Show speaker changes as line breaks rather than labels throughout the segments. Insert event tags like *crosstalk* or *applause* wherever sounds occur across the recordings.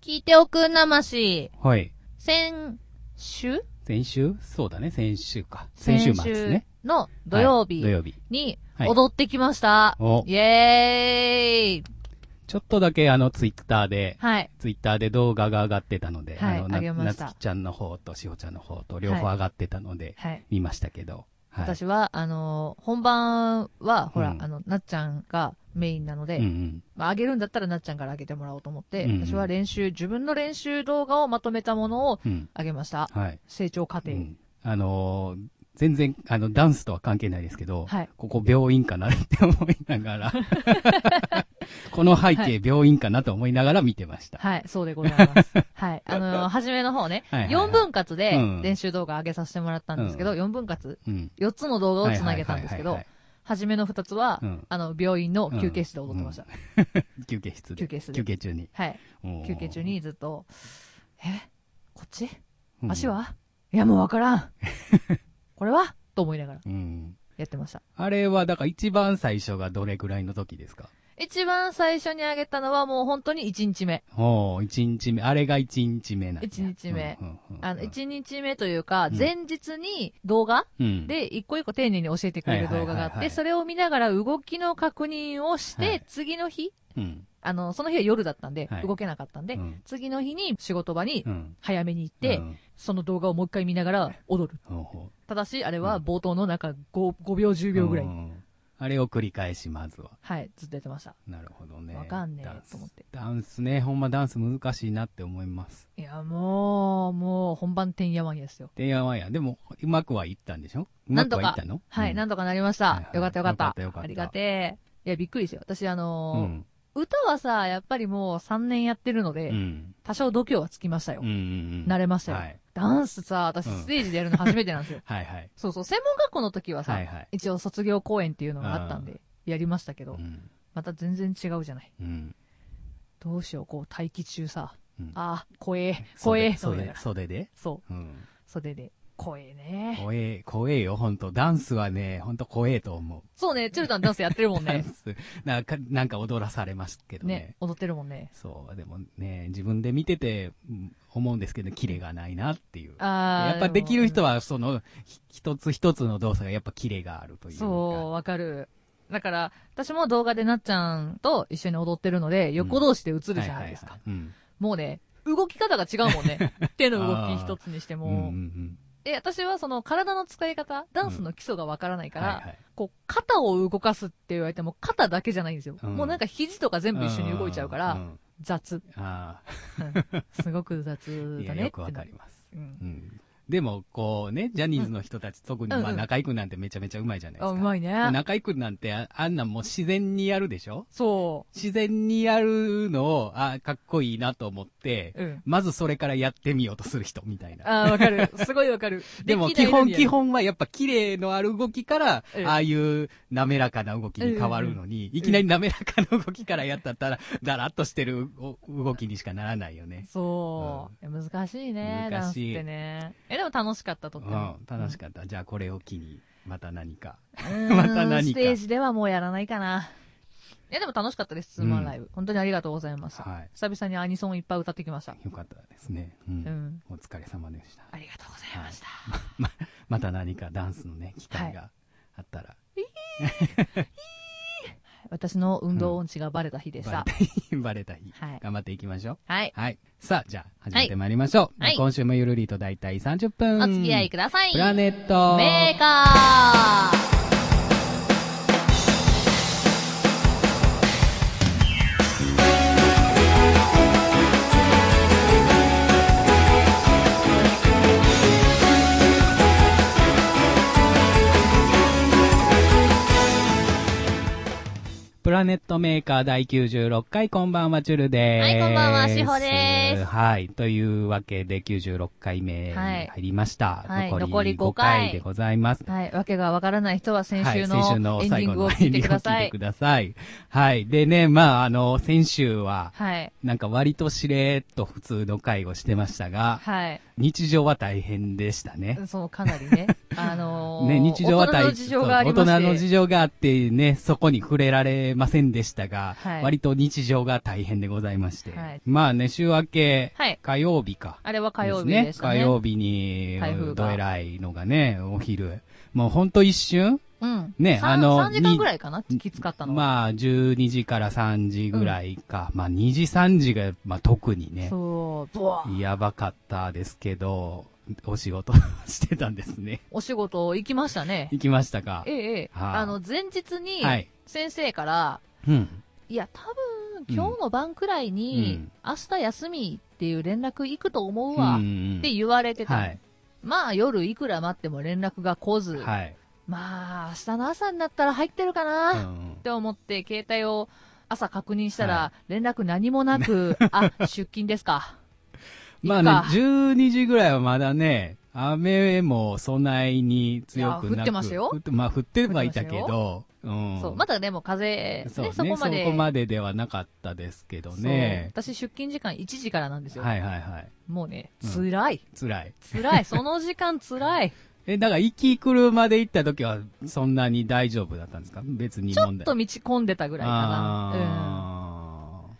聞いておくんなまし。
はい。
先週
先週そうだね、先週か。先週末ですね。
先週の土曜
はい土
日
曜日。
に
はい
踊ってきました。
お
イエーイ
ちょっとだけあの、ツイッターで、
はい。
ツイッターで動画が上がってたので、
はい
あの、
あげま
な
した
つきちゃんの方としほちゃんの方と両方上がってたので、
はい。
見ましたけど。はい。
私は、あのー、本番は、ほら、
うん
あの、なっちゃんがメインなので、
うんうん。
まあ、あげるんだったらなっちゃんからあげてもらおうと思って、
うんうん
私は練習、自分の練習動画をまとめたものを
うん。
あげました。
はい。
成長過程。
うんあのー全然、あの、ダンスとは関係ないですけど、
はい
ここ病院かなって思いなが
*laughs*
ら、この背
は
景病院かなと思いながら見てました。
はい、そうでございます。
*laughs*
はい。あのー、初めの方ね、
はいはいはい
4分割で
うん
練習動画上げさせてもらったんですけど、
うん
4分割
うん。
4つの動画をつなげたんですけ
は
ど
いはい、
初めの2つは、
うん
あの、病院の休憩室で踊ってました。
休憩室で。
休憩室で
休憩中に。
はい。
おー
休憩中、にずっと、えこっち
うん
足は、いや、もうわからん。これはと思いながら
うん。
やってました。
あれは、だから一番最初がどれぐらいの時ですか
一番最初にあげたのはもう本当に1日目。
おー、一日目。あれが一日目なんや
一日目。
うんうんうんうん
あの、1日目というか、
うん
前日に動画
うん、
で一個一個丁寧に教えてくれる動画があ
はいはいは
っ
いは
て、
い
それを見ながら動きの確認をし
は
て
い、
次の日、
うん。
あの、その日は夜だったんで
は、い
動けなかったんで
う、ん、
次の日に仕事場に
うん。
早めに行って
う、ん
その動画をもう一回見ながら踊る。
ほうほう
ただし、あれは冒頭のなんか 5, 5秒、10秒ぐらい。
うんあれを繰り返し、まずは。
はい、ずっとやってました。
なるほどね。
わかんねえ
ダンス
と思って。
ダンスね、ほんまダンス難しいなって思います。
いや、もう、もう、本番てんやわんやですよ。
てんやわんや。でも、うまくはいったんでしょう
な
ま
ん
く
と
はいっ
か
たの、
はい、
うん
なんとかなりまし
はい
た
は。い
よかったよかった。
よかったよかった
ありがてえ。いや、びっくりですよ。私、あ
う
の
ん。
ー歌はさ、やっぱりもう3年やってるので、
うん。
多少度胸はつきましたよ。
うんうん。
慣
れ
れましたよ。
はい。
ダンスさ、私、
うん
ステージでやるの初めてなんです
*laughs*
よ。
はいはい。
そうそう、専門学校の時はさ、
はいはい。
一応卒業公演っていうのがあったんで、やりましたけど、
うん。
また全然違うじゃない。
うん。
どうしよう、こう、待機中さ、
うん
ああ、怖
*laughs*
え、怖え、
袖
そう
袖袖で
そ
うん。
う、袖で、怖えね。
怖え、怖えよ、ほんと。ダンスはね、ほんと怖えと思う。
そうね、チュルタンダンスやってるもん
ダン
ね。
*laughs* ス、なんか、なんか踊らされますけど
ね
ね、
踊ってるもんね。
そう、でもね、自分で見てて、うん思うんですけど、キレがないなっていう。
ああ。
やっぱできる人
は、
は、その、ひ一つ一つの動作がやっぱキレがあるというか。
そう、わかる。だから、私も動画でなっちゃんと一緒に踊ってるので、横同士で映るじゃないです
は
か。
ははうん。
もうね、動き方が違うもんね。
*laughs*
手の動き一つにして
うんうん
も
う。ん
で、私はその体の使い方、ダンスの基礎がわからないから、
はいはい
こう、肩を動かすって言われても、肩だけじゃないんですよ。
うん
もうなんか肘とか全部一緒に動いちゃうから、
んんん
雑。
あ
すごく
あ、
雑
*laughs* い
だ
や、
ね
よ
って
く
な
わ
る
かります。
うん
うん。でも、こうね、ジャニーズの人たち、特に、
うん
まあ、
うん
中居君なんてめちゃめちゃうまいじゃないで
あ、
す
う
か。
まいね。
中居君なんて、ああんなんもう自然にやるでしょ
そ
自然にやるのを、あかっこいいなと思って、
う。うん。
まずそれからやってみようとする人みたいな。
あーわか
*laughs*
る。すごいわかる。
でも
きない
基
の
本
にやる
基。本はやっぱ綺麗のある動きから、
うん
ああいう滑らかな動きに変わるのに、
ん
いきなり滑らかな動きからやったったら、だらっとしてるお動きにしかならないよね。
そう。いや難しいね、ダン
難
スっ
しい
てね。え、でも楽しかった、と
う
っても
ん。、楽しかった。じゃあこれを機に、また何か。
うん
*laughs* また何か
ステージではもうやらないかな。いや、でも楽しかったです、ツーマンライブ。本当にありがとうございました。
は
久々にアニソンいっぱい歌ってきました。
い。よかったですね。う。
うんん。
お疲れ様でした。
ありがとうございました。
また何かダンスのね、機会があったら。
私の運動音痴がバレた日でした。
バレた日、 *laughs* バレた日。
はい。
頑張っていきましょう。
はい。
はい。さあ、じゃあ、始めてまいりましょう。
はい
今週もゆるりと大体30分。
お付き合いください。
プラネット。
メーカー
プラネットメーカー第96回、こんばんは、チュルで
は
ーす。
いこんばんはしほでーす
はい、というわけで96回目に入りました。
はい
残り
残り
5
5回
回でございます。
はい。わけがわからない人は先週
はい、
の
先週の
エンデ
最
ィ
後
ング
の
を
エ
聞
ン
い
ディ
て
ン
く
グ
だ
を聞
さ
いて
い
く。ださい。はい。でね、まあ、あの、先週は、
はい。
なんか割としれーっと普通の回をしてましたが、
はい。
日常は大変でしたね。
そう、かなりね。あのー
ね、日常は
大人
大
の事情がありま
そ
し
う
て
大人の事情があってね、そこに触れられませんでしたが、
はい
割と日常が大変でございまして。
はい
まあね、週明け、
はい
火曜日か。
あれは火曜日でしたね。
す火曜日に
台風が、
どえらいのがね、お昼。もうほんと一瞬
うん。
ね
さん
あの
3時間ぐらいかなきつかったのは。
まあ、12時から3時ぐらいか。まあ、2時、3時が、まあ、特にね、
そう、ブワー
やばかったですけど、お仕事 *laughs* してたんですね。
お仕事行きましたね。
行きましたか
え。え、ええ。
はあ
あの、前日に
はい、
先生から、
うん。
いや、多分、今日の晩くらいに、明日休みっていう連絡行くと思うわ、
ん
って言われてた。
はい。
まあ、夜いくら待っても連絡が来ず、
はい。
まあ、明日の朝になったら入ってるか
う
な、っ
ん
て思って、携帯を朝確認したら、
は
連絡何もな
*laughs*
く、あ、出勤ですか。
まあね、12時ぐらいはまだね、雨もそないに強く
い
なく
や降ってますよ
降ってまあ降ってはいたけど、うん。
そう、まだでも風、ね、
そ
そう
ね
こまで。
そこまでではなかったですけどね。
そう私出勤時間1時からなんですよ。
はいはいはい。
もうね、
うん
辛い。
辛い。
辛
*laughs*
い。その時間辛い。
え、だから、行き車で行った時は、そんなに大丈夫だったんですか別に
ちょっ
問題。
と
っと
道混んでたぐらいかな。
あー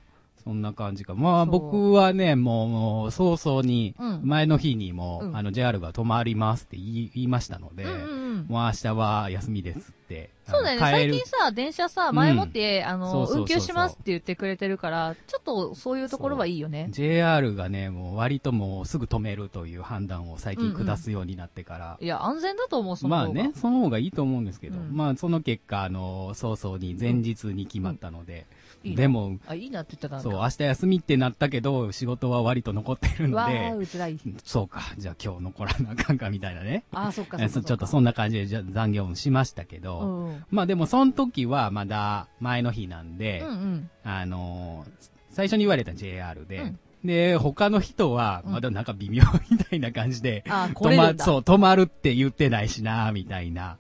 そんな感じか。まあ、
そう
僕はね、もう、もう早々に
う、ん
前の日にも、
うん
あの、JR が止まりますって言い言いましたので、
うん。うんうんうん。
もう明日は休みですって。
そうだよね。
あの帰
最
る
近さ、電車さ、前もって、あ
そう
の、
そうそうそう
運休しますって言ってくれてるから、ちょっとそういうところはいいよね。
JR がね、もう割ともうすぐ止めるという判断を最近下すようになってから、
いや、安全だと思う、その
まあ
方が。
ね、その方がいいと思うんですけど、
うん
まあその結果、あの、早々に前日に決まったので、
うんいいな
でも、
あ、いいなって言ったらなん
そう、
か。
明日休みってなったけど、仕事は割と残ってるの
わ
で
ー、、う辛い。
そうか、じゃあ今日残らなあかんかみたいなね。
あー、そっかそ
え
っかそ
そ
っか。
ちょっとそんな感じでじゃ残業もしましたけ
う
ど、
んうん。
まあでもその時はまだ前の日なんで、
うんうん。
あのー最初に言われた JR で、
うん
で、他の人は、
うん
まだなんか微妙みたいな感じで、
あー、こ
止
れるん
ま、
だ。
そう、止まるって言ってないしな、みたいな。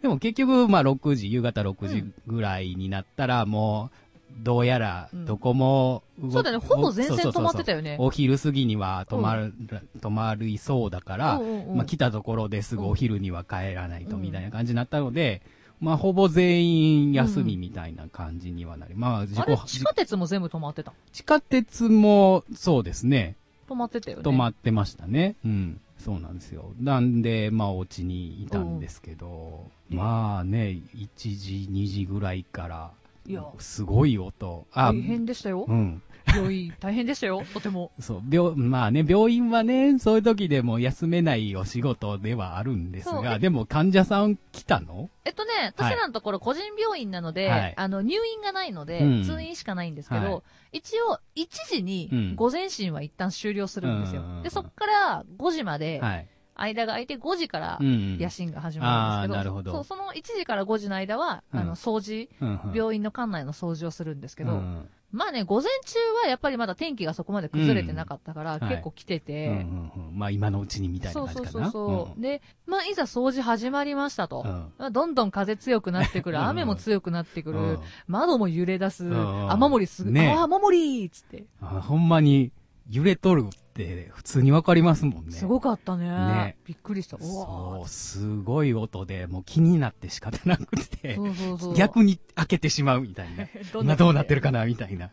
でも結局、まあ6時、夕方6
う
時
ん
ぐらいになったら、もう、どうやら
う、ん
どこも動く、
そうだね。ほぼ全
そうそ
線
うそ
止
う
まってたよね。
お昼過ぎには止まる、止まりそうだから、
うんうんうん
まあ来たところですぐ
うん
お昼には帰らないと
うん
みたいな感じになったので、まあほぼ全員休みみたいな感じにはなり、まあ自
あ
己
れ、地下鉄も全部止まってた。
地下鉄も、そうですね。
止まってたよね。
止まってましたね。うん。そうなんですよ。なんで、まあ、お家にいたんですけど、
うん
まあね、1時、2時ぐらいから
いや、
すごい音。あ、
大変でしたよ
う。ん。
病院、大変でしたよ。 *laughs* とても。
そう、病、まあね、病院はね、そういう時でも休めないお仕事ではあるんです
そう
が、でも患者さん来たの
えっとね、
はい
私らのところ個人病院なので、
はい
あの、入院がないので、
うん
通院しかないんですけど、
は
一応、1時
う
に
ん
午前診は一旦終了するんですよ。
うんうんうん
で、そっから5時まで、
はい。
間が空いて5時から
うんうん。
夜診が始まるんですけど、
あーなるほど
そう、その1時から5時の間は、
うん
あの、掃除、
うんうん
病院の館内の掃除をするんですけど、
うん
まあね、午前中はやっぱりまだ天気がそこまで崩れてなかったから、
うんはい
結構来てて、
うんうんうんまあ、今のうちにみたいな
そう
感
そう
じか
そう
な。
そう、で、まあいざ掃除始まりましたと。
うん
まあどんどん風強くなってくる、
*laughs* うんうん
雨も強くなってく
う
る、
んうん
窓も揺れ出す、
ん
雨漏りすぐ、
ね
ああ、雨漏りっつって、
あほんまに揺れとるって普通にわかりますもんね。
すごかったね。
ね
びっくりした。うわ
そ
ー
う、すごい音で、もう気になって仕方なくて、
そうそうそう。
逆に開けてしまうみたい
*laughs*
な。今どうなってるかなみたいな。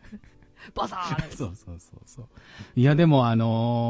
バサーン
そうそうそうそう。いや、でもあ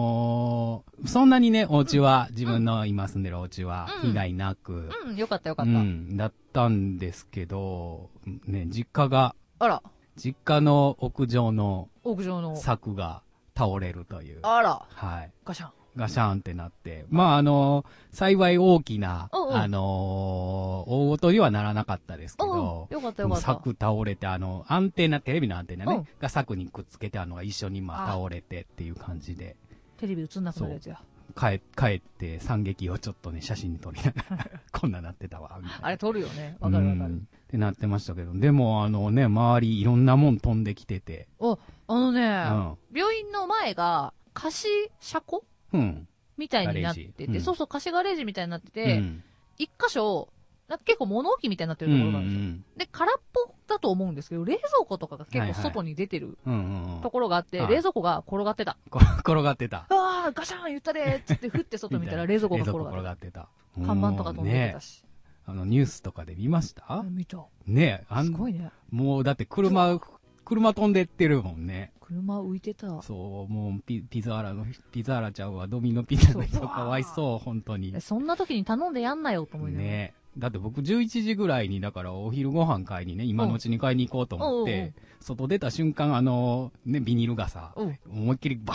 のーそんなにね、お家は、自分の今住んでるお家は、
うん
被害なく、
うん、よかったよか
う
った。
ん、だったんですけど、ね、実家が、
あら、
実家の屋上の
屋上の。
柵が倒れるという。
あら、
はい。
ガシャン。
ガシャーンってなって。まあ、あの、幸い大きな、
うんうん
あのー大ごとにはならなかったですけ
お
ど
う、よかったよかった。
柵倒れて、あの、アンテナ、テレビのアンテナ
うん
ね、が柵にくっつけてあるのが一緒にまあ
あ
倒れてっていう感じで、
テレビ映んなくなるやつや。
帰帰って惨劇をちょっとね、写真に撮りなが
*laughs*
ら、こんななってたわ、みたいな。
あれ撮るよね。わかるわか
う
る。
んってなってましたけど、でもあのね、周りいろんなもん飛んできてて、
お、あのね、
うん。
病院の前が、貸し車庫
うん。
みたいになって
ガ
て、
レージうん
そうそう、貸しガレージみたいになってて、
うん
一箇所、なんか結構物置みたいになって
うん
る
う
ところが
ん
あるんですよ。で、空っぽだと思うんですけど、冷蔵庫とかが結
はい
構
はい
外に出てる
うんうんうん
ところがあって、
はい
冷蔵庫が転がってた。
こ転がってた。
ああガシャン言ったでーっつって、ふって外見たら冷蔵庫が転がって
ってた。
た。看板とか飛んで
もう
た
ね
し。
あの、ニュースとかで見ました
見た。
ねえ、あ
す
ん、
ごいね。
もうだって車、車飛んでってるもんね。
車浮いてた。
そう、もうピピザーラの、ピザーラちゃんはドミノピザの人
そう
かわいそう、本当に
え。そんな時に頼んでやんなよと思いながら。
ねだって僕11時ぐらいに、だからお昼ご飯買いにね、今のうちに買いに行こうと思っ
うんうんうん
て、外出た瞬間、あの、ね、ビニール傘、
うん。
思いっきりバ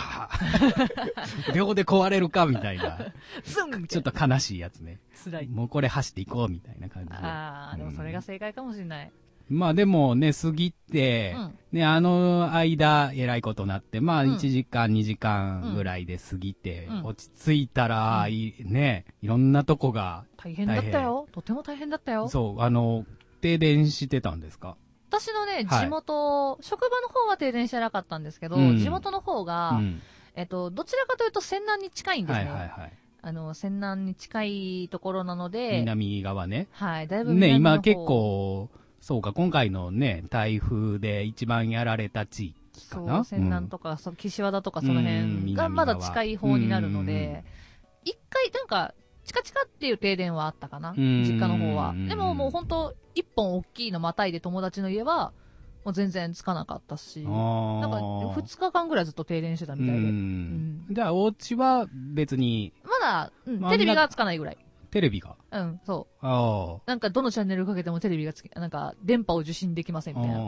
*laughs*
ー秒で壊れるかみたいな、
すんみ
ち
た
ょ
い
っ
な。
と悲しいやつね。
辛い。
もうこれ走っていこうみたいな感じで。
ああ、でもそれが正解かもしれない。
まあでもね、過ぎて、
うん
ね、あの間、えらいことなって、まあ
うん
1時間、2時間ぐらいで過ぎて、
うん
落ち着いたら、
うん
いね、いろんなとこが、
大変だったよ。とても大変だったよ。
そう、あの、停電してたんですか
私のね、
はい
地元、職場の方は停電してなかったんですけど、
うん
地元の方が、
うん。
えっと、どちらかというと戦南に近いんです
は
ね。
いはいはい。
あの、戦南に近いところなので、
南側ね。
はい、だいぶ
ね、
南の方
今結構、そうか、今回のね、台風で一番やられた地域か
そ
な。
う、戦南とか、そう岸和田とかその辺が
うん
まだ近い方になるの
南側
で、一回なんか、チカチカっていう停電はあったかな、
ん
実家の方は。でももう
ほん
本当一本大きいのまたいで友達の家は、もう全然つかなかったし、なん
あ
か
ー
2日間ぐらいずっと停電してたみたいで。
うんじゃあ、お家は別に、
まだ、うん
まあ
テレビがつかないぐらい。
テレビが。
うん、そう。
ああ。
なんか、どのチャンネルかけてもテレビがつき、なんか、電波を受信できませんみたいな。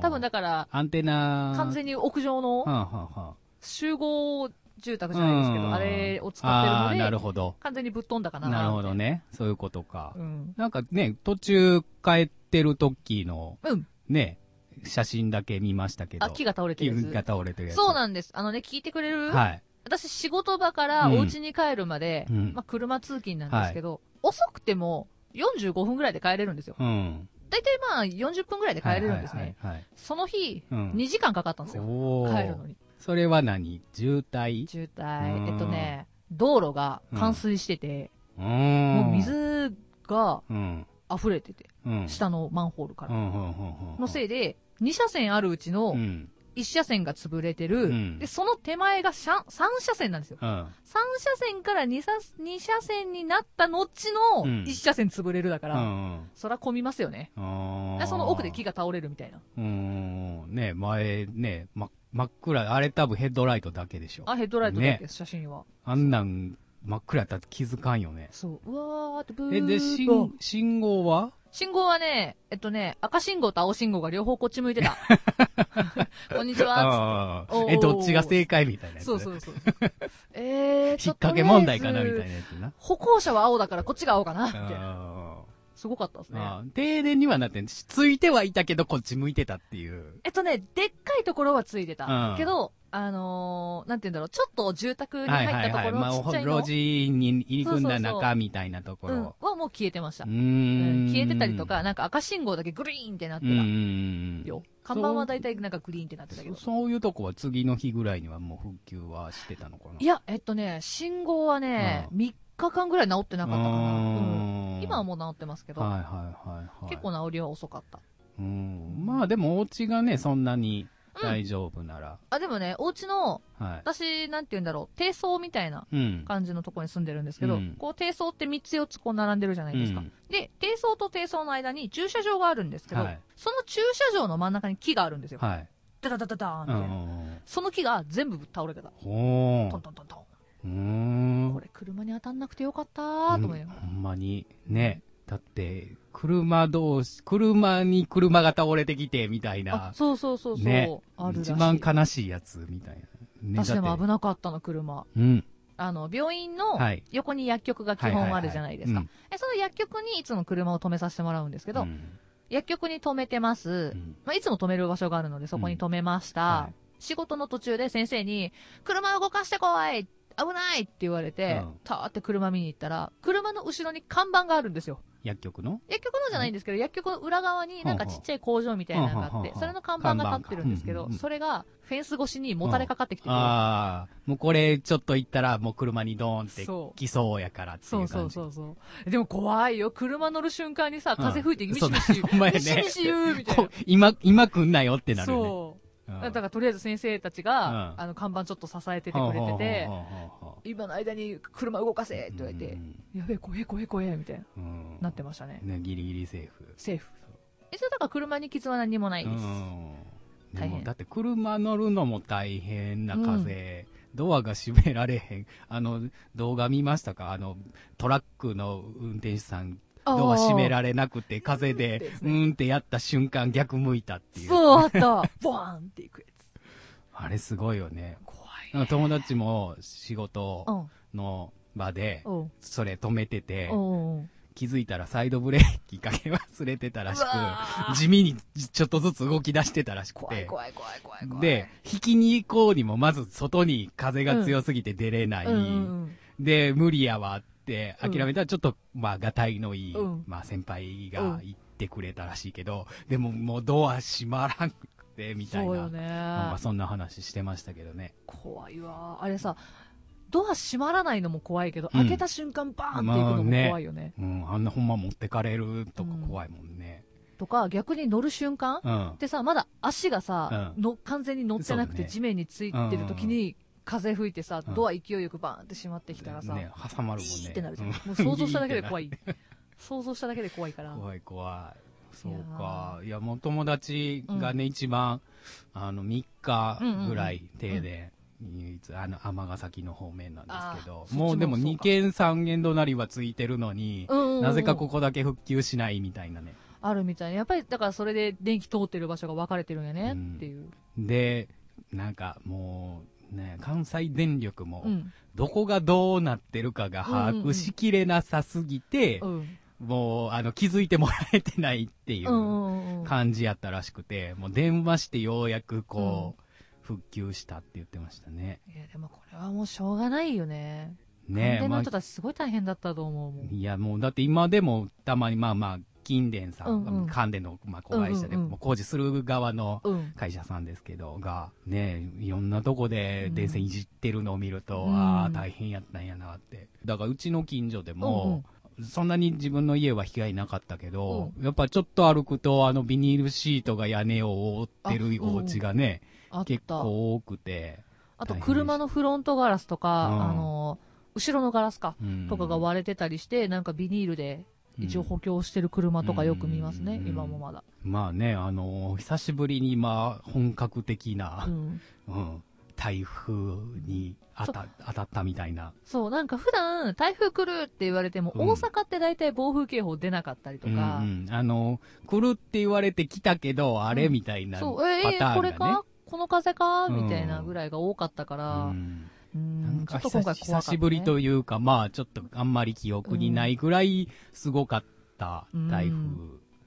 多分だから、
アンテナ。
完全に屋上の
はあ、はあは
集合住宅じゃないですけ
う
ど、
ん
あれを使っ
あ、
て
あー
るの
な
で
る、ほど。
完全にぶっ飛んだかな。
なるほど。ね。そういうことか。
うん。
なんかね、途中帰ってる時の、
うん。
ね、写真だけ見ましたけど。
あ、木が倒れて
木
る
が
や
倒れてる
つ。
やつ。
そうなんです。あのね、聞いてくれる
はい。
私、仕事場からお家に帰るまで、
うん
まあ、車通勤なんですけど、遅くても45分ぐらいで帰れるんですよ。
うん。
だいたいまあ、40分ぐらいで帰れるんですね。
はいはいはいはい。
その日、
うん
2時間かかったんですよ。
お
帰るの
ー。
に。
それは何渋滞
渋
うん
滞。えっとね、道路が冠水してて、
う
もう。
ん
水が
うん。
溢れてて、
うん。
下のマンホールか
う
ら。
んうんうんうん。
のせいで、2車線あるうちの
うん。
1車線が潰れて
う
る。
ん
で、その手前が3車線なんですよ。
うん。
3車線から 2, さ2車線になった後の
うん
1車線潰れるだか
う
ら、
ん
そら混みますよね。
うん。
でその奥で木
が。
が倒れるみたいな。
うん。ね前、ねま、真っ暗、あれ多分ヘッドライトだけでしょ。
あ、ヘッドライトだっけ、
ね
写真は。
あんなん真っ暗やったら気づかんよね。
そう。うわーってブー
え、で、
ッ
信
と。
信号は
信号はね、えっとね、赤信号と青信号が両方こっち向いて
*laughs*
た。こんにちは。
あ
おー
え、どっちが正解みたいなやつ。
そうそう
*laughs*
そう。えー、ち
引
ょ
っ掛け問題かなみたい
な。
なやつな。
歩行者は青だからこっちが青かなみたいな。
あ
すごかったです
ー
ね。
あー停電にはなってんついてはいたけど、こっち向いてたっていう。
えっとね、でっかいところはついて
う
た
ん。
けど、あのー、なんて言うんだろう、ちょっと住宅に入ったところ
まあ、
のちっちゃいの、
路地に入り組んだ
そうそうそ
中みたいなとこ
うん、は
ろ。
もう消えてました
う。
うん
ん。
消えてたりとか、なんか赤信号だけグリーンってなって
う
た。
ん。
よ。看板は大体なんかグリーンってなってたけど
そ。そういうとこは次の日ぐらいにはもう復旧はしてたのかない
や、えっとね、信号はね、
う
3日間ぐらい治ってなかったかな。うん
うーん
今はもう治ってますけど、
はいはいはいはい。
結構治りは遅かった。
うん。まあでもお家がね、そんなに大丈夫なら。
あ、でもね、お家の、
はい。
私、なんて言うんだろう、低層みたいな
うん。
感じのとこに住んでるんですけど、
うん
こう、低層って3つ4つこう並んでるじゃないですか。
うん
で、低層と低層の間に駐車場があるんですけど、
はい
その駐車場の真ん中に木があるんですよ。
はい。
ダダダダダーンっ
う
て。
んうんうん。
その木が全部倒れてた。
ほ
ト
ー
ントントントン。
うーん。
これ車に当たんなくてよかったーと思いながら
ほんまに。ね。だって、車同士、車に車が倒れてきて、みたい
あ
な。
そうそうそうそう、
ね
あるらしい
一番悲しいやつ、みたいな。
私でも
い。
危なかったの車
うん。
あの病院の
はい
横に薬局が基本あるじゃないですか、
うん
えその薬局にいつも車を止めさせてもらうんですけど、
うん
薬局に止めてます、
うん
まあ、いつも止める場所があるのでそこに止めました、
は
仕事の途中で先生に「車動かしてこい!」危ないって言われて
うん、
たーって車見に行ったら、車の後ろに看板があるんですよ。
薬局の
薬局のじゃないんですけど、薬局の裏側になんかちっちゃい工場みたいなのが
ほう
あっ
ほう
て
ほ、う
それの看板が立ってるんですけ
看板か
ど
うんうんうん、
それがフェンス越しにもたれかかってきてくる。
ああ、もうこれちょっと行ったらもう車にドーンって
そう
来そうやからっていう
そ
感
う
じ。
そうそうそう。でも怖いよ。車乗る瞬間にさ、風吹いて
うん
ミシミシ
*laughs* そうだねほんまや
ミシ
ね
ミシ言うみたい
こ
な。
今、今来んなよってなるよね。
そう。
うん
だからとりあえず先生たちが、
うん
あの看板ちょっと支えててくれてて、
ほうほうほうほうほう
今の間に車動かせって言われて、やべえ、怖え怖え怖えみたいな、
うん
なってましたね。
ね、ギリギリセーフ。
セーフ。え、それだから車に傷は何もないです。
うん。で
大
も、
変
だって車乗るのも大変な風、ドアが閉められへん。あの、動画見ましたかあの、トラックの運転手さん、ドア閉められなくて、風で、
う
う
ん
ーんってやった瞬間逆向いたっていう。
そう、あ
*laughs*
った。ボーンっていくやつ。
あれすごいよね。
怖い、
なん
ね。
か友達も仕
う
事
ん。
の場で、
おう
それ止めてて、
おう
気づいたらサイドブレーキかけ忘れてたらし
うわ
く、
ー
地味にちょっとずつ動き出してたらしく
怖
て。
い怖い怖い怖い怖い。
で、引きに行こうにも、まず外に風が強すぎて出れない。
うんうん
で、無理やわって
う
諦
ん
めたら、ちょっと、まあ、がたいのいい、
うん
まあ、先輩が言ってくれたらしいけど、でも、もうドア閉まらんくて、
うん、
みたい
そう
な。
よね。
なんかそんな話してましたけどね。
怖いわ。あれさ、ドア閉まらないのも怖いけど、
うん
開けた瞬間バーンっていくのも怖いよね。
うん、あんなほんま持ってかれるとか怖いもんね。
とか、逆に乗る瞬間
うん
っ。てさ、まだ足がさ、
う
の完全に乗ってなく
そうだ
て
ね
地面についてる時に、風吹いてさ、
うん
ドア勢いよくバーンって閉まってきたらさ、
ね、挟まるもん
ピ
ね。
ーってなるじゃん。
う
も
ん
う想像しただけで怖
*laughs* いい
い。想像しただけで怖いから。
怖い怖い。そうか。いや、もう友達がね、
う
一番、あの、3日ぐらい停電。唯一、あの、尼崎の方面なんですけど
あ、ー
もうでも
そっちもそう
2
か
軒3軒隣はついてるのに、
うんうんうん
なぜかここだけ復旧しないみたいなね。
あるみたいな。やっぱり、だからそれで電気通ってる場所が分かれてるんやね、
うん
っていう。
で、なんかもう、ね、関西電力も
う、ん。
どこがどうなってるかが把握しきれなさすぎて
う、ん。
もう、あの、気づいてもらえてないっていうう。
んうんうん。
感じやったらしくて、もう電話してようやくこう、復旧したって言ってましたね。
いや、でもこれはもうしょうがないよね。
ね
関
え、
電の
まあ
人、たちすごい大変だったと思うもん。
いやもうだって今でもたまにまあまあ、近電さん、
うんうん
関電の、まあ、子会社で、
うんうんうん
もう工事する側の
うん。
会社さんですけど、が、ねえ、いろんなとこで電線いじってるのを見ると、
うん
ああ、大変やったんやなって。だからうちの近所でも、そんなに自分の家は被害なかったけど、やっぱちょっと歩くと、あのビニールシートが屋根を覆ってるお家がね、
あっ
結
た。
構多くて、
あと車のフロントガラスとか、
うん
あの、後ろのガラスか、
うん
とかが割れてたりして、なんかビニールで一応補強してる車とかよく見ますね、
うん
今もまだ。
まあね、あのー久しぶりに、まあ、本格的な
う、ん。
うん、台風に当た当たったみたいな。
そう、なんか普段、台風来るって言われても、
うん
大阪って大体暴風警報出なかったりとか、
うんうんあのー来るって言われて来たけど、あれ、
うん
みたいなパタ
そう、えーえ
ーンが、ね。
ーこれかこの風かみたいな
うん
ぐらいが多かったか
う
ら、
ん
うん
なん
ちょ
か
っと今
久
回怖か
し
った、ね。
久しぶりというか、まあちょっとあんまり記憶にないぐらいすごかった台風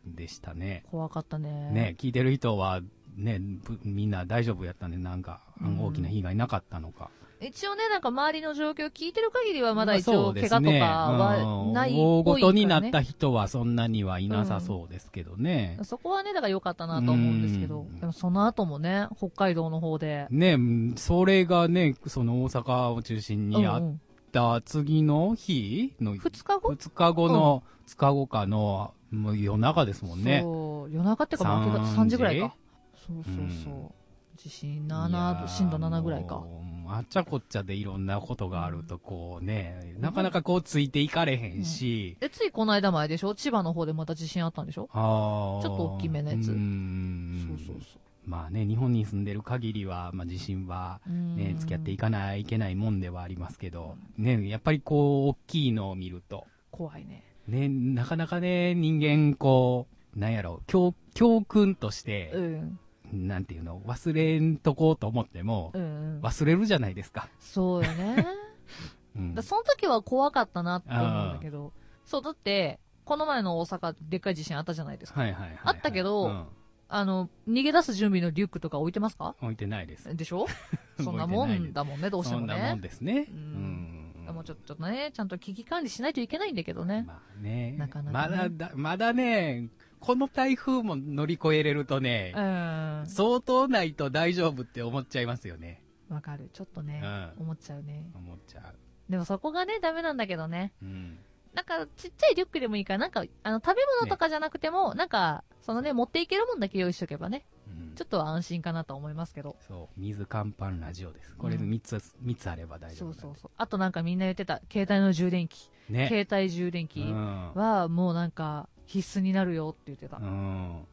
でしたね。
怖かったね。
ね、聞いてる人は、ね、ぶみんな大丈夫やったね、なんか、あの
うん
大きな被害なかったのか。
一応ね、なんか周りの状況聞いてる限りはまだ一
まあそ
応
う
怪我
で
と
す
か
ね
はないっ
うん大
ぽ
ご
い
と
から
になっ
ね
た人はそんなにはいなさそうですけどね。
そこはね、だから良かったなと思うんですけ
う
ど
ん、
でもその後もね、北海道の方で。
ね、それがね、その大阪を中心にあ
うんう
っ
ん
た次の日の
二日後
2日後の、塚日後かの、もう夜中ですもんね。
そう、夜中っていうか、まあ明け方
3
3時ぐらいか。そうそうそう
うん。
地震7度、震度7ぐらい
やー
か。
もうあっちゃこっちゃでいろんなことがあると、こうね、なかなかこうついていかれへんし、
で、ついこの間前でしょ千葉の方でまた地震あったんでしょ
あー
ちょっと大きめのやつ
うん
そ
まあね、日本に住んでる限りは、まあ地震は、
う。ね
ね、付き合っていかないといけないもんではありますけど、ね、やっぱりこう、大きいのを見ると、
怖いね。
ね、なかなかね、人間こう、なんやろう、教、教訓として
う、ん。
なんていうの、忘れんとこうと思っても
う、ん。
忘れるじゃないですか。
そうよ
*laughs*
ね。
うん
だその時は怖かったなって思うんだけど。そう、だって、この前の大阪、でっかい地震あったじゃないですか。
はいはいはいはい
あったけど
うん
あの、逃げ出す準備のリュックとか置いてますか
置いてないです。 *laughs*
でしょそんなもんだもんね、どうして
そ
も
んなもん
ね。
ですね。
う
うんん。
もちょっとね、ちゃんと危機管理しないといけないんだけどね。
まあね。
なかなかね
まだだ、まだね、この台風も乗り越えれるとね、
うん。
相当ないと大丈夫って思っちゃいますよね。
わかる。ちょっとね、
うん
思っちゃうね。
思っちゃ
でもそこがね、ダメなんだけどね。
う。うん。
なんか、ちっちゃいリュックでもいいから、なんか、あの、食べ物とかじゃなくても、なんか、そのね、持っていけるもんだけ用意しとけばね、
うん
ちょっとは安心かなとは思いますけど。
そう。水乾パンラジオです。これ
うん
3つ、三つあれば大丈
そう
夫な
ん
で。
そうそう。あとなんかみんな言ってた、携帯の充電器。
ね。
携帯充電
う
器
ん。
は、もうなんか、必須になるよって言ってた。
うん。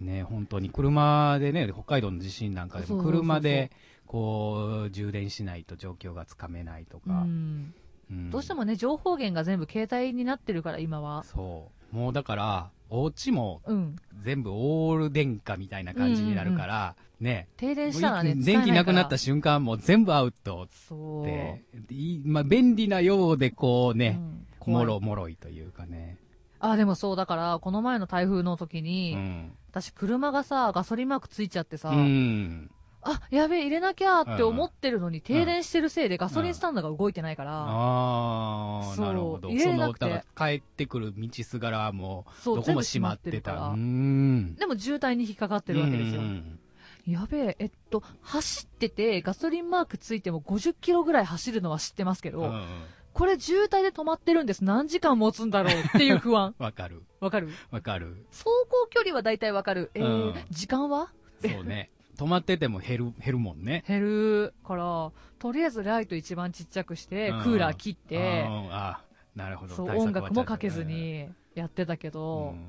ね、本当に車でね、北海道の地震なんかで
そう
も
そうそうそう
車で、こう、充電しないと状況がつかめないと
う
か。
ん。
ん
どうしてもね、情報源が全部携帯になってるから、今は。
そう。もうだから、お家も
うん。
全部オール電化みたいな感じになるから、ね。
停電したらね、使え
電気なくなっ
いか
た瞬間、もう全部アウト
ら。そう。
って、いまあ、便利なようで、こう
う
ね、
ん
も。
怖い
ろもろいというかね。
あ、でもそう、だから、この前の台風の時
う
に、
ん。
私、車がさ、ガソリンマークついちゃってさ、
うん。
あ、やべえ、入れなきゃーって思ってるのに、停電してるせいでガソリンスタンドが動いてないから、
ああ、
そう
なるほど。
入れ
そ
な
の、
くて
だから帰ってくる道すがらも、
そう、
どこ
全
も
部
閉
閉
ま
ま
っ
っててる
た。
か
う
ら、
ん。
でも渋滞に引っかかってるわけですよ
う。ん
やべえ、えっと、走ってて、ガソリンマークついても50キロぐらい走るのは知ってますけど、
うんうん
これ渋滞で止まってるんです。何時間持つんだろうっていう不
*laughs*。
安
わかる。
わかる
わかる。
走行距離は大体わかる。えー
うん
時間は
そう
*laughs*
ね。止まってても減る、減るもんね。
減るから、とりあえずライト一番ちっちゃくして、
うん
クーラー切って、
うんあーなるほど。
そう、
対策
音
は
楽もかけず
ち
にやってたけ
ゃんと
ど、
ね。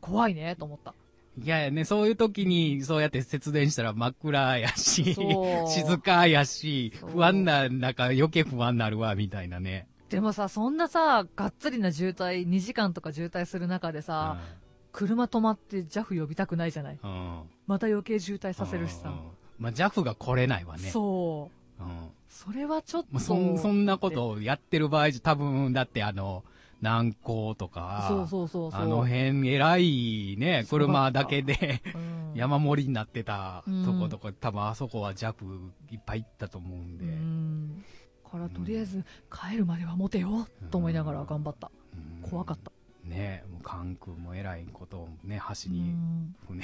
怖いね、と思
*laughs*
った。
うんいやいやね、そういう時に、そうやって節電したら真っ暗やし、
そう
静かやし、
そう
不安な、なんか余計不安になるわ、みたいなね。
でもさ、そんなさ、がっつりな渋滞、2時間とか渋滞する中でさ、車止まって JAF 呼びたくないじゃない
うんうん
また余計渋滞させるし
うんう
さ。
んまあ、JAF が来れないわね。
そう。
うん。ま
それはちょっ
あ、
と。
そん、そんなことをやってる場合じゃ、多分、だってあの、南高とか、
そうそうそうそう。
あの辺、偉いね、
そうだった
車だけで、
うん
山盛りになってた
うん
とことか、多分あそこは弱いっぱい行ったと思うんで、
う
うん
ん。からとりあえず、帰るまでは持てよ、と思いながら頑張った。怖かった。
ねもう関空もえらいことをね橋
う
に
ん
船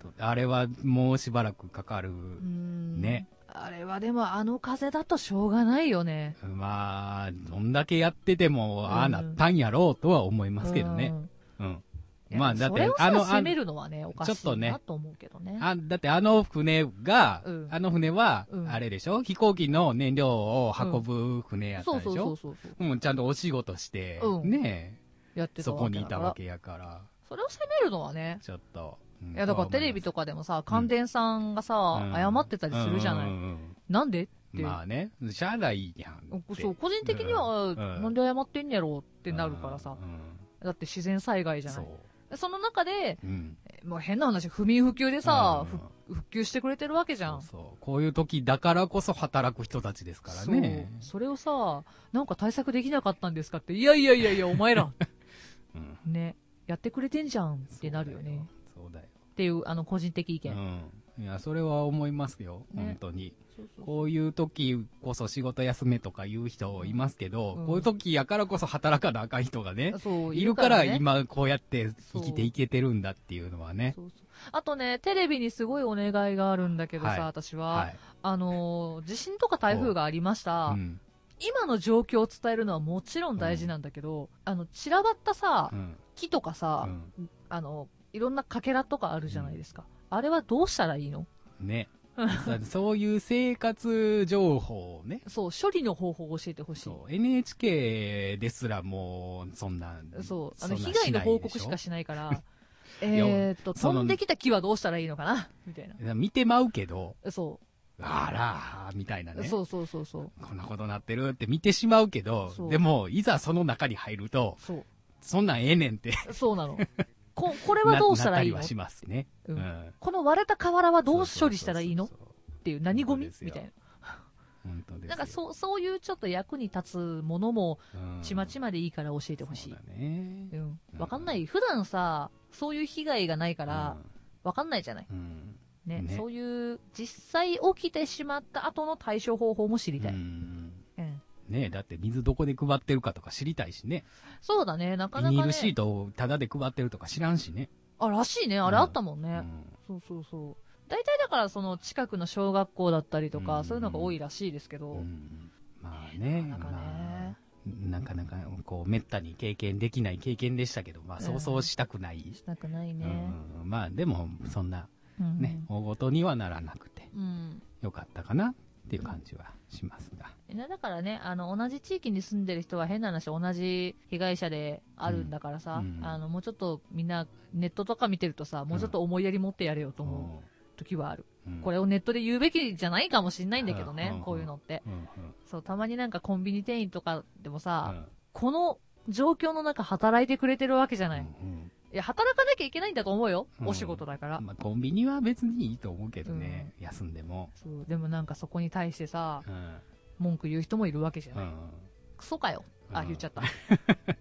とあれはもうしばらくかかる、
うん
ね
あれはでもあの風だとしょうがないよね。
まあどんだけやってても、ああ
うん
なったんやろうとは思いますけどね
う、ん。
うんま
ま
あ
あだ
だっ
ってて、
あ
あ
の
の、
あ
攻めるのはね、おかし
ちょっと
い
ね
なと思うけどね。
あだってあの船が、
うん
あの船は、
うん
あれでしょ飛行機の燃料を運ぶ船やった
そう
でしょ、
そうそうそうそう。
うん、ちゃんとお仕事して、
うん
ね
やってた
そこに
だ
い
か
た
ら
わけやから、
それを攻めるのはね。
ちょっと。うん
いや、だからテレビとかでもさ、乾電さんがさ、
うん
謝ってたりするじゃない。
うんうんうん
なんでって、
まあね、しゃあないやんって。
そう、個人的には、
うん
なんで謝ってんやろうってなるからさ
う。ん
だって自然災害じゃ
そ
な
う
い。。その中で、
うん。
もう変な話、不眠不休でさ、
うん
ふ復旧してくれてるわけじゃ
そ
ん
う。そう。こういう時だからこそ働く人たちですからね。
そうそれをさ、なんか対策できなかったんですかって、いやいやいやいや、お前
*laughs*
ら、
うん
ね、やってくれてんじゃんってなるよね。。
そうだよ。
っていう、あの、個人的意
そうだ
見。
ようん。いや、それは思いますよ。
ね
本当に。
そうそう
こういう時こそ仕事休めとか言う人いますけど
う、ん
こういう時やからこそ働かなあかん人がね、
そう
いるから
ね
今こうやって生きていけてるんだっていうのはね。
そうそうあとね、テレビにすごいお願いがあるんだけどさ、
はい
私は、
はい。
あのー地震とか台風がありました、
うん
今の状況を伝えるのはもちろん大事なんだけど、あの散らばったさ、
うん
木とかさ、
うん
あのいろんなかけらとかあるじゃないですか、あれはどうしたらいいの
ね。さそういう生活情報をね。
そう処理の方法を教えてほしい
そう。NHK ですらもう、そんな。
そう、あの、
そ
被
んな
害の報告
な
し
い
か
でょ
しないから、 *laughs* えーっと、
その
飛んできた木はどうしたらいいのかなみたいな。
見てまうけど、
そ
あらー、みたいな
う、
ね。
そうそうそうそう。
こんなことなってるって見てしまうけど
そ、う
でも、いざその中に入ると、 *laughs*
そ
そんなんええねんって。
う、そうなの。こ、これ
な
はどうしたらいい
な
の
*laughs* ったりはしますね。
うん
ん
この割れた瓦はどう処理したらいいのっ
そうそうそうそう
ていう、何ゴミ
そうですよ
みたい
本当で
な。
すよ。
なんかそう、そういうちょっと役に立つものも、
うん
ちまちまでいいから教えてほしい
そう。だね
う。ん。わかんない。普段さ、そういう被害がないから、わかんないじゃない。
うん、うん。
ね
ね
そういう、実際起きてしまった後の対処方法も知りたい。
うん
うん。
ねえだって水どこで配ってるかとか知りたいしね。
そうだね、なか
ビ
なか、ね。
ニールシートをタダで配ってるとか知らんしね。
あ、らしいね。あれあったもんね。
う
そ
ん
うそうそう。大体だから、その近くの小学校だったりとか、
うん
そういうのが多いらしいですけど。
うんまあね、
なかなかね
まあなかなかこう、めったに経験できない経験でしたけど、まあ、
うん
そうそうしたくない。
したくないうね。
んまあ、でも、そんな、
うん
ね、大ごとにはならなくて、
うん。
よかったかなっていう感じはしますが。
ねだからね、あの、同じ地域に住んでる人は変な話、同じ被害者であるんだからさ、
うんうん
あの、もうちょっとみんな、ネットとか見てるとさ、もうちょっと思いやり持ってやれよと思う時はある。
うん
これをネットで言うべきじゃないかもしんないんだけどね、
うん
こういうのって。
うんうん
そう、たまになんかコンビニ店員とかでもさ、
うん
この状況の中働いてくれてるわけじゃない。
うん
いや、働かなきゃいけないんだと思うよ。
うん
お仕事だから
う。んまあ、コンビニは別にいいと思うけどね、休んでも。
そう、でもなんかそこに対してさ、
うん
文句言う人もいるわけじゃ
う
ない。
ん
クソかよ。あ、言っち
*laughs*
ゃった。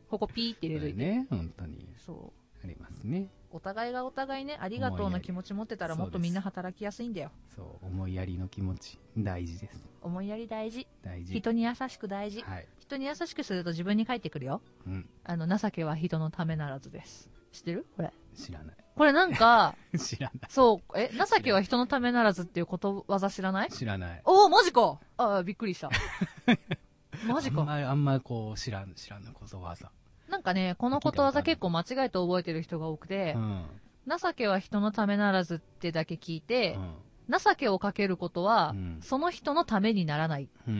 ここピーって入れる。
ね、本当に
そ
ありますね。
う。お互いがお互いね、ありがとうの気持ち持ってたら
思い
も
やり
っとみんな働きやすいんだよ。
そう、思いやりの気持ち、大事です。
思いやり大事。
大事。
人に優しく大事。
はい。
人に優しくすると自分に返ってくるよ。
うん、
あの、情けは人のためならずです。知ってるこれ。
知らな
これなんか、 *laughs*
い。 *laughs* 知らな
そう、え、情けは人のためならずっていうことわざ知らない
い。知らない。
おお、マジかあーびっくり *laughs* した。マジ
あん
か。
まり、あんまりこう、知らん、知らんことわざ。
なんかね、このことわざ結構間違えて覚えてる人が多くて
う、ん。
情けは人のためならずってだけ聞いうて、
ん。
情けをかけることは
うん、
その人のためにならないっ
うん。う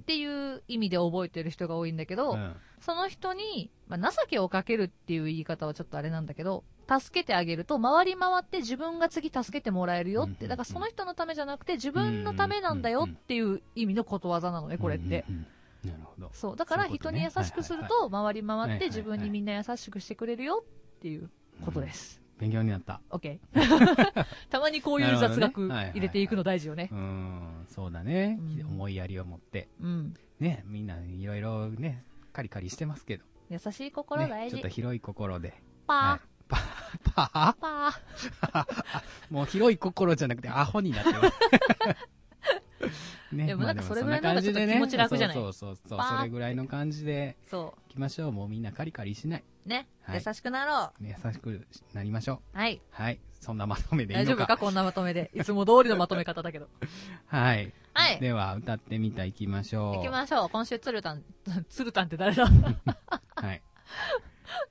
ん。
ていう意味で覚えてる人が多いんだけ
う
ど、
ん。
その人に、まあ、情けをかけるっていう言い方はちょっとあれなんだけど、助けてあげると、回り回って自分が次助けてもらえるよっ
うんうんう
て、
ん
だからその人のためじゃなくて自分のためなんだよっていう意味のことわざなのね、これって。
うん。うんうんなるほど。
そう。だから
そういうこ
人
とね
に優しくすると、回り回って自分にみんな優しくしてくれるよっていうことです。
勉強になった。
オッケー。 *laughs* たまにこういう雑
なるほ
学
どねはいはいはい
入れていくの大事よね
う。ん。そうだね。
うん
思いやりを持って。
うん。
ね、みんないろいろね、カリカリしてますけど。
優しい心
ね
大
ちょ
事
っと。広い心で。
パ
はいパー、パ
ー。パー。
ーもう広い心じゃなくてアホになって
*laughs*
ます。ね
でもなんか
まあ
それぐらいの方がちょっと
そ
気持ち楽じゃない
そうそうそうそう
パーって
それぐらいの感じで
そ
いきましょう。もうみんなカリカリしない。
う。ね。
はい
優しくなろ
優しくなりましょう。
う。はい。
はい。そんなまとめでいい
大丈
の
夫
か。
かこんなまとめで。いつも通りのまとめ方だけど。
はい。
はい。
では、歌ってみたいきましょう。
行きましょう。今週、鶴たん、 *laughs* 鶴たんって誰だ *laughs*
はい。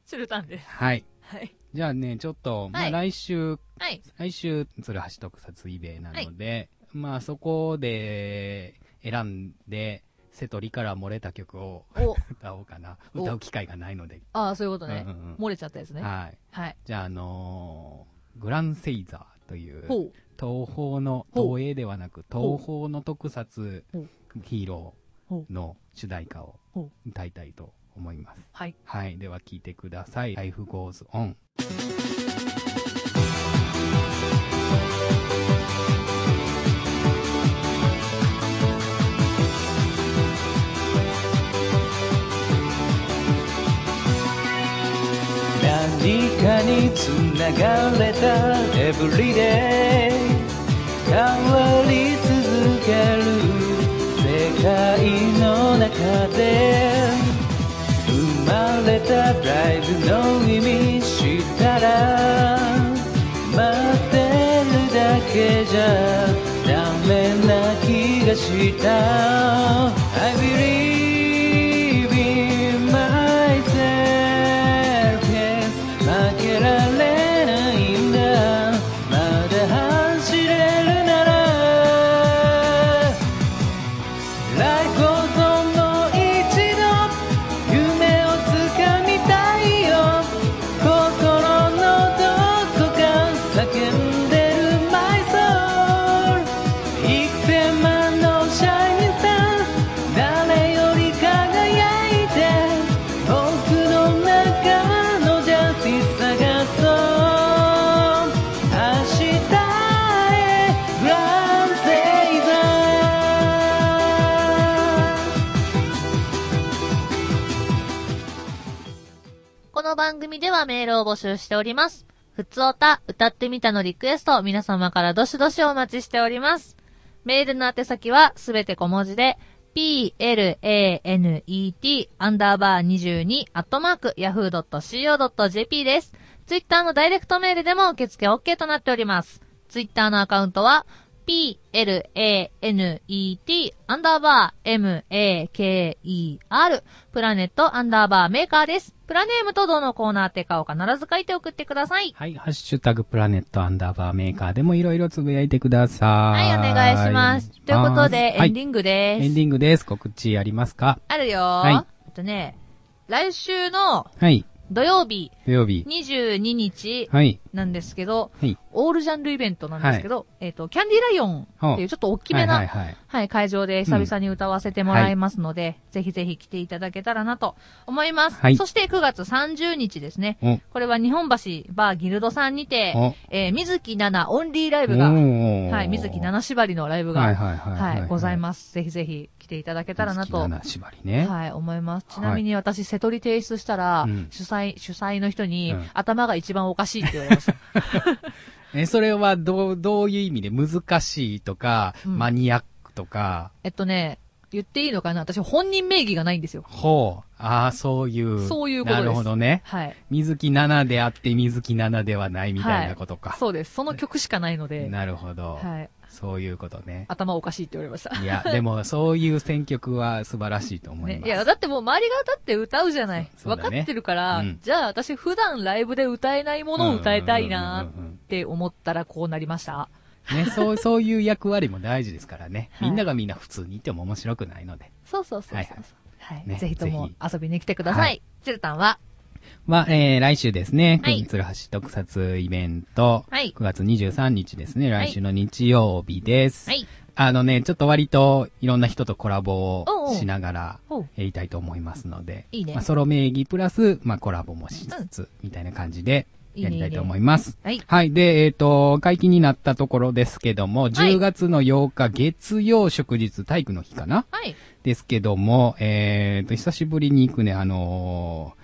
鶴たんです。
はい。
はい。
じゃあね、ちょっと、ま
は
あ
い
来週、
はい。
来週、鶴橋特撮イベなので、まあそこで選んで、瀬戸利から漏れた曲を
お、
歌おうかな。
お
歌う機会がないので。
ああ、そういうことね
うん。うんうん
漏れちゃったやつね。
はい。
はい。
じゃあ、あのーグランセイザーという、
ほう。
東宝の、
ほう
東映ではなく、
ほう
東宝の特撮
ほう
ヒーロ
ほ
ーの主題歌を
ほ
歌いたいと思います。
はい。
はい。では、聴いてください。Life Goes On。
何かにつながれたエブリデイ変わり続ける世界の中で生まれたライブの意味知ったら待ってるだけじゃダメな気がした I believe in myself yes 負けられないんだまだ走れるならライフをどんの一度夢をつかみたいよ心のどこか叫んでる My soul 幾千万のシャイニーさん誰より輝いて僕の中のジャスティス探そう明日へグランセイザー
この番組ではメールを募集しております。ふつおた、歌ってみたのリクエスト、皆様からどしどしお待ちしております。メールの宛先はすべて小文字で、
planet アンダーバー22アットマーク yahoo.co.jp です。ツイッターのダイレクトメールでも受付 OK となっております。ツイッターのアカウントは planet アンダーバー maker プラネットアンダーバーメーカーです。プラネームとどのコーナーってかを必ず書いて送ってください。
はい、ハッシュタグプラネットアンダーバーメーカーでもいろいろつぶやいてくださ。
はいい、お願いします。ということで、エンデ
ィング
ィングです。
エンディングです。告知ありますか
あるよー。
は
あとね、来週の
はい、
土曜日
土曜日。
22日
はい、
なんですけど、
はい
オールジャンルイベントなんですけど、えっ、と、キャンディーライオンっていうちょっと大きめな、
は
はいい
はいはい。
会場で久々に歌わせてもらいますので、ぜひぜひ来ていただけたらなと思います。
はい
そして9月30日ですね
お。
これは日本橋バーギルドさんにて、
お
えー、水木奈々オンリーライブが、は、
はい
水木奈々縛りのライブが、
は
はいい、
はいはい。
ござい
す。
ます。ぜひぜひ来ていただけたらなと
水木奈々縛りね。
はい、思います。
はい
ちなみに私、瀬戸り提出したら、
うん
主催、主催の人に、
うん
頭が一番おかしいって言われま
*laughs*
した。
え、それはどう、どういう意味で難しいとか、
うん
マニアックとか、
えっとね、言っていいのかな私、本人名義がないんですよ。
ほう、ああ、そういう。
そういうことです
なるほどね。
はい。
水木奈々であって水木奈々ではないみたいなことか。
そうです。その曲しかないので、
なるほど、
はい。
そういうことね。
頭おかしいって言われました。
いや、 *laughs* でも、そういう選曲は素晴らしいと思い
ね
ま、す。
いや、だってもう周りがだって歌うじゃない。
そう
分か
だね
ってるから、
うん
じゃあ私普段ライブで歌えないものを歌いたいな
うんうんうんうんうん
って思ったらこうなりました。
ね、そう、そういう役割も大事ですからね。
はい
みんながみんな普通にいても面白くないので。
そうそうそうそうそう。は
は
いい
はいね
ぜひとも
ぜ
遊びに来てください。
はい
ジェルタンは
は、えー、来週ですね。
はい
国鶴橋特撮イベント。
はい
9月23日ですね。
い
来週の日曜日です。
はい。
あのね、ちょっと割といろんな人とコラボ
おうお
を
う
しながら
ほう
やりたいと思いますので。
いいね
まあ、ソロ名義プラス、まあ、コラボもしつつ、みたいな感じで
いいね
やりたいと思います。
いいね
はい。で、えっ、と、解禁になったところですけども、10月の8日月曜祝日体育の日かな
はい。
ですけども、えっ、と、久しぶりに行くね、あのー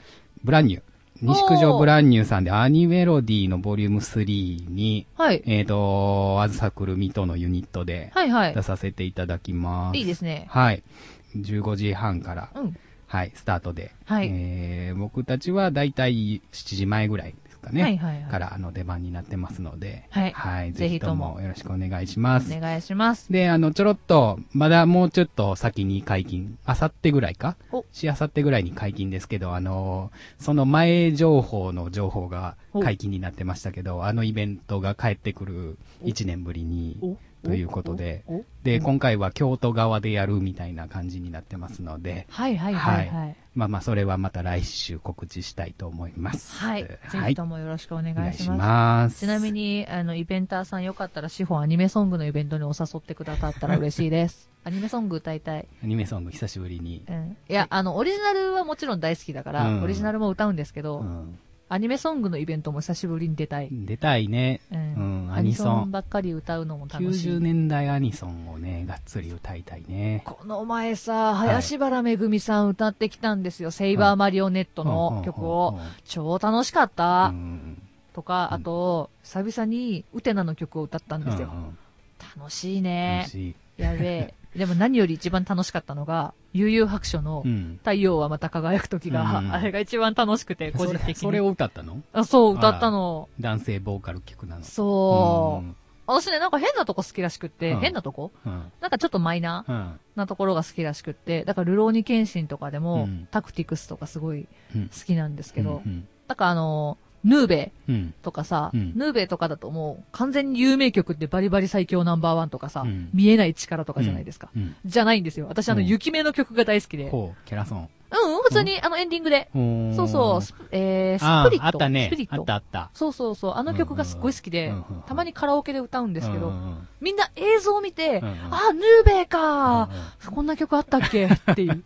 ブランニュー。西九条ブランニューさんでアニメロディのボリューム3に、
はい。
えっ、と、あずさくるみとのユニットで
はいは
出
い。
させていただきます。
いいですね。
はい。15時半から、
うん。
はい、スタートで。
はい
えー僕たちはだいたい7時前ぐらいですかね。
はいはいはい
から、あの、出番になってますので、
はい
ぜ
ぜ
ひ
ひ
と
とも
もよろしくお願いします。
お願いします。
で、あの、ちょろっと、まだもうちょっと先に解禁、あさってぐらいか
お
しあさってぐらいに解禁ですけど、あのーその前情報の情報が
お
解禁になってましたけど、あのイベントが帰ってくる1年ぶりに、ということで
おおお、
で、今回は京都側でやるみたいな感じになってますので、
はいはいはいはい。
まあまあ、それはまた来週告知したいと思います。
はい。ぜ
は
ひ
い。
ともよろしくお願
お願
い
い
し
し
ます。
ます。
ちなみ
に。
に、あの、イベンターさんよかったら、志保アニメソングのイベントにお誘ってくださったら嬉しい
*laughs*
です。アニメソング歌いたい。
アニメソング久しぶりに
う。ん。いや、あの、オリジナルはもちろん大好きだか
うん
ら、オリジナルも歌うんですけ
う
ど、
ん。
アニメソングのイベントも久しぶりに出たい。
出たいね。
う
うんアニソン
ばっかり歌うのも楽し
90
い。
年代アニソンをね、がっつり歌いたいね。
この前さ、林原めぐみさん歌ってきたんですよ。セイバーマリオネットの曲
うん
を
うんうんうん。
超楽しかった。
うん
とか、
うん
あと、久々にウテナの曲を歌ったん
うん
ですよ。楽しいね
楽。しい。
や
*laughs*
べえ。でも何より一番楽しかったのが、悠々白書の
うん。
太陽はまた輝く時が、
うん
あれが一番楽しくて、個
そ
人
れ
的
それ
に。
を歌ったの
あそう、歌ったの。
男性ボーカル曲なの。
そう
うん。
私ね、なんか変なとこ好きらしくって、
うん
変なとこ
うん。
なんかちょっとマイナー
うん。
なところが好きらしくって、だからルローニケンシンとかでも、
うん
タクティクスとかすごい
うん
好きなんですけど、
うん。
なんかあの、ヌーベ
うん。
とかさ、
うん
ヌーベとかだともう完全に有名曲ってバリバリ最強ナンバーワンとかさ、
うん
見えない力とかじゃないですか。
うん。
じゃないんですよ。私あの、
うん
雪目の曲が大好きで。うん、
ほう、キャラソン。
普通にあのエンディングで。
ほ
そうそう、スプえー、
あ
スプリット。
あったね
スプリ。ッ
あ
ト
ったあった。
そうそうそう、あの曲がすっごい好きで、
うんうんうん
たまにカラオケで歌うんですけど、
うんうん
みんな映像を見て、
うんうん
あ、ヌーベイかー、こんな曲あったっけっていう。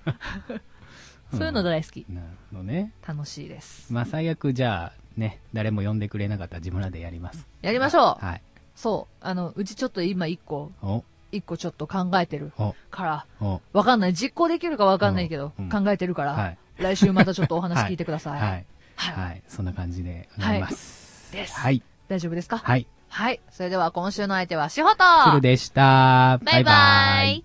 そういうの大好き。
うんなるほどね。
楽しいです。
まあ最悪じゃあ、ね、誰も呼んでくれなかったら自分らでやります。
やりましょう、
はい。
そう。あの、うちちょっと今一個、
お、
一個ちょっと考えてる
お、
から、
お。
わかんない。実行できるかわかんないけど、
うんうん
考えてるから、
はい
来週またちょっとお話聞いてください。
はい。
はい
はい。そんな感じでお願いします。
はいです
はい。
大丈夫ですか
はい。
はい。それでは今週の相手は、しほと
鶴でした。
バイバイ